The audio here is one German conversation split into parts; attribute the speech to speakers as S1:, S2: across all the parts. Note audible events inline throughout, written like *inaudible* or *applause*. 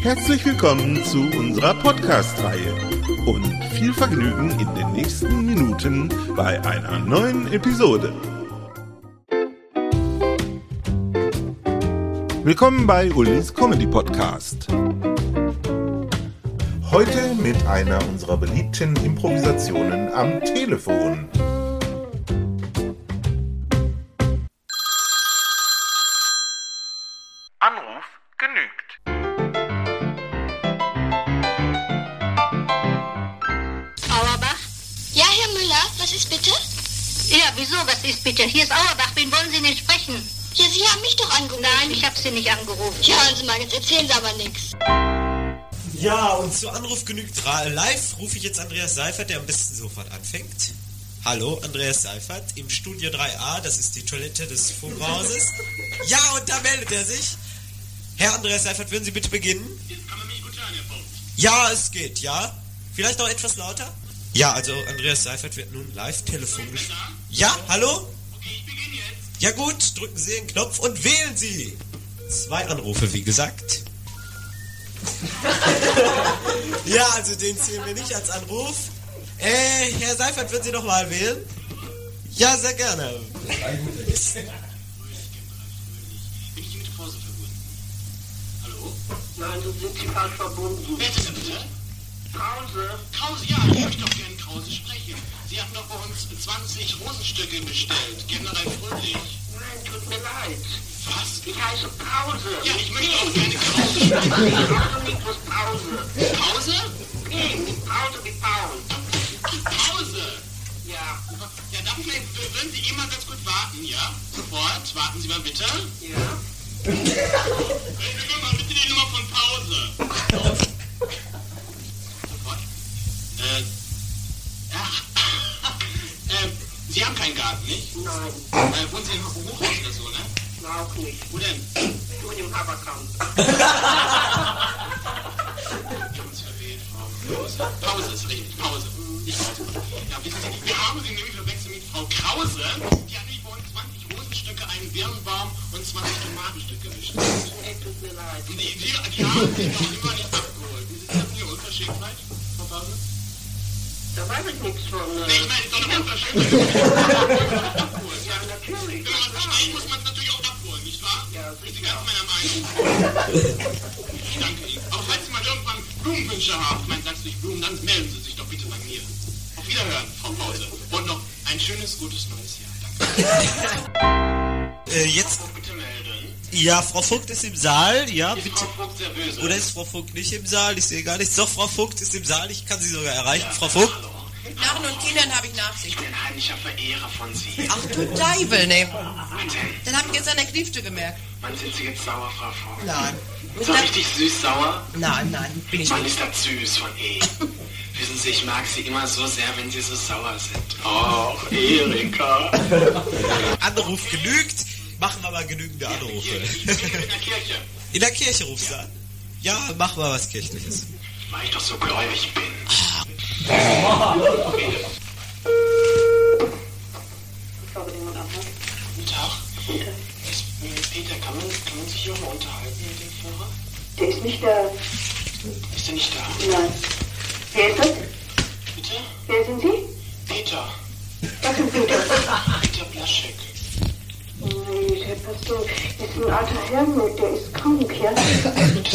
S1: Herzlich willkommen zu unserer Podcast-Reihe und viel Vergnügen in den nächsten Minuten bei einer neuen Episode. Willkommen bei Ulis Comedy Podcast. Heute mit einer unserer beliebten Improvisationen am Telefon.
S2: Anruf genügt.
S3: Auerbach?
S4: Ja, Herr Müller, was ist bitte?
S3: Ja, wieso? Was ist bitte? Hier ist Auerbach. Wen wollen Sie denn sprechen?
S4: Ja, Sie haben mich doch angerufen.
S3: Nein, ich habe Sie nicht angerufen.
S4: Ja, hören Sie mal, jetzt erzählen Sie aber nichts.
S5: Ja, und zu Anruf genügt ra- live rufe ich jetzt Andreas Seifert, der am besten sofort anfängt. Hallo, Andreas Seifert im Studio 3a, das ist die Toilette des Funkhauses. Ja, und da meldet er sich. Herr Andreas Seifert, würden Sie bitte beginnen? Ja, es geht, ja. Vielleicht noch etwas lauter? Ja, also Andreas Seifert wird nun live telefonisch. Ja, hallo? Ja gut, drücken Sie den Knopf und wählen Sie. Zwei Anrufe, wie gesagt. Ja, also den zählen wir nicht als Anruf. Äh, Herr Seifert, würden Sie nochmal wählen? Ja, sehr gerne.
S2: Nein, du sind sie falsch verbunden. Wer ist denn bitte? Krause.
S6: Krause, ja, ich möchte doch gerne Krause sprechen. Sie hatten doch bei uns 20 Rosenstücke bestellt, General Fröhlich.
S2: Nein, tut mir leid.
S6: Was?
S2: Ich heiße Krause.
S6: Ja, ich möchte auch gerne Krause sprechen.
S2: Krause mit plus Pause.
S6: Krause?
S2: Nee, mit Pause mit Paul.
S6: Krause!
S2: Ja,
S6: Ja, darf ich mal, w- würden Sie immer ganz gut warten, ja? Sofort, warten Sie mal bitte.
S2: ja.
S6: Ich will mal bitte die Nummer von Pause. Sofort. Äh, ja. äh, Sie haben keinen Garten, nicht?
S2: Nein,
S6: Äh, wohnen Sie im Hochhaus oder so, ne?
S2: auch nicht.
S6: Wo denn?
S2: Du im Haberkamp.
S6: Ganz verwählt, Frau Krause. Pause ist richtig. Pause. Ich Pause. Ja, wissen Sie, wir haben Sie nämlich verwechselt mit Frau Krause. Die hat nämlich bei uns 20 Rosenstücke, einen Birnenbaum und 20 Tomatenstücke bestellt.
S2: Nee, tut mir leid.
S6: Die, die, die haben Sie noch immer nicht abgeholt. Wie ist das denn hier Unverschämtheit, Frau Krause?
S2: Da weiß ich nichts von.
S6: Nee, ich
S2: Äh,
S6: meine, es ist doch eine Unverschämtheit.
S2: ja, natürlich.
S6: Wenn man es versteht, muss man es natürlich auch abholen, nicht wahr?
S2: Ja,
S6: Richtig, ganz meiner Meinung. Ich danke Ihnen. Aber falls Sie mal irgendwann Blumenwünsche haben, ich meine, sagst du nicht Blumen, dann melden Sie sich doch bitte bei mir. Auf Wiederhören, Frau Pause. Und noch ein schönes, gutes neues Jahr. Danke.
S5: Äh, jetzt,
S6: Bitte melden.
S5: ja, Frau Vogt ist im Saal, ja,
S6: Ist
S5: bitte.
S6: Frau Vogt sehr böse?
S5: Oder ist Frau Vogt nicht im Saal? Ich sehe gar nichts. Doch, Frau Vogt ist im Saal, ich kann sie sogar erreichen. Frau Vogt?
S7: Mit Narren und Kindern habe ich Nachsicht.
S6: ein heimlicher Verehrer von Sie.
S7: Ach du Teufel, ne?
S6: Bitte,
S7: Dann habe ich jetzt an der Knifte gemerkt.
S6: wann sind Sie jetzt sauer, Frau Vogt?
S7: Nein.
S6: So richtig süß-sauer?
S7: Nein, nein, bin ich
S6: Man
S7: nicht.
S6: ist das süß von E. *laughs* Wissen Sie, ich mag Sie immer so sehr, wenn Sie so sauer sind. Oh, Erika.
S5: Anruf genügt. Machen wir mal genügende Anrufe.
S6: In der Kirche.
S5: In der Kirche rufst du an. Ja, mach mal was Kirchliches.
S6: Weil ich doch so gläubig bin. Guten Tag. Ist, äh, Peter, kann man, kann man sich hier mal unterhalten mit dem Führer?
S8: Der ist nicht da.
S6: Ist er nicht da?
S8: Nein. Wer ist das?
S6: Bitte?
S8: Wer sind Sie?
S6: Peter.
S8: Was sind Sie da?
S6: Peter Blaschek.
S8: Nee, Herr Pastor, das ist ein alter Herr, nur der ist krank, *laughs* ja?
S6: Ist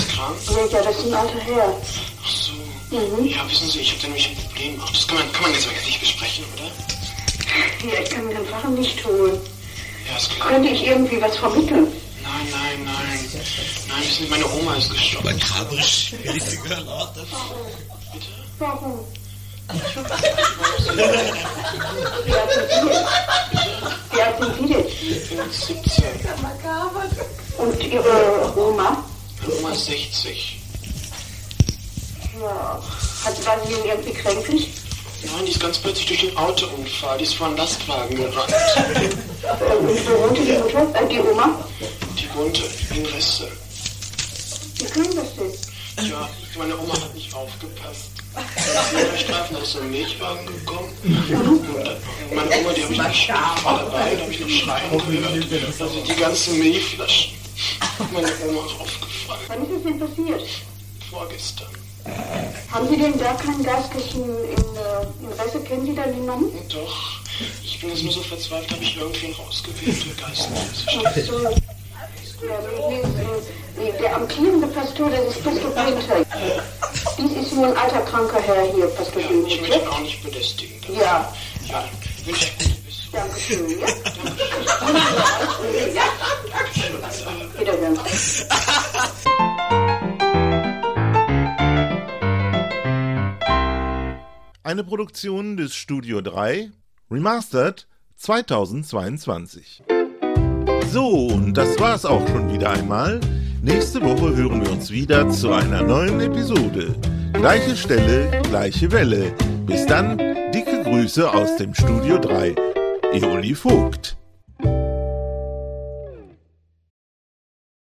S6: krank?
S8: Nee, ja, das ist ein alter Herr.
S6: Ach so. Ja, wissen Sie, ich habe da nämlich ein Problem. Ach, das kann man, kann man jetzt wirklich nicht besprechen, oder?
S8: Ja, ich kann mir den Wagen nicht holen.
S6: Ja, ist klar.
S8: Könnte ich irgendwie was vermitteln?
S6: Nein, nein, nein. Nein, wissen Sie, meine Oma ist gestorben.
S5: Kabrisch. Hilfe gehört auch dazu.
S8: Warum? Wie alt sind Sie denn?
S6: 17.
S8: Und Ihre Oma?
S6: Mitte 60.
S8: Ja. Hat, war sie denn irgendwie kränklich?
S6: Nein, die ist ganz plötzlich durch den Autounfall. Die ist vor einen Lastwagen gerannt.
S8: Äh, Und wo wohnte die Mutter? Äh, die Oma?
S6: Die wohnte in Risse.
S8: Wie können das denn?
S6: Ja, meine Oma hat nicht aufgepasst. Der Streifen aus dem Milchwagen gekommen. Und meine Oma, die habe ich noch ich war dabei, da habe ich noch schreien gehört. Also die ganzen Milchflaschen. hat Meine Oma aufgefallen.
S8: Wann ist es denn passiert?
S6: Vorgestern.
S8: Haben Sie denn da keinen Gaskasten in, äh, in Resse? Kennen Sie da niemanden?
S6: Und doch, ich bin jetzt nur so verzweifelt, habe ich irgendwen rausgewählt, der Geisteswissenschaftler.
S8: Ach so. Ja, äh, wie- wie- wie- wie- Der amtierende Pastor, das ist Pastor Günther. Dies ist nur ein alter kranker Herr hier, Pastor
S6: Ja, ich möchte ihn
S8: Günther.
S6: auch nicht belästigen.
S8: Ja,
S6: Ja, wünsche ich euch bis zum
S8: danke schön. Ja, wiederhören.
S1: Eine Produktion des Studio 3, Remastered 2022. So, und das war's auch schon wieder einmal. Nächste Woche hören wir uns wieder zu einer neuen Episode. Gleiche Stelle, gleiche Welle. Bis dann, dicke Grüße aus dem Studio 3. Ihr Uli Vogt.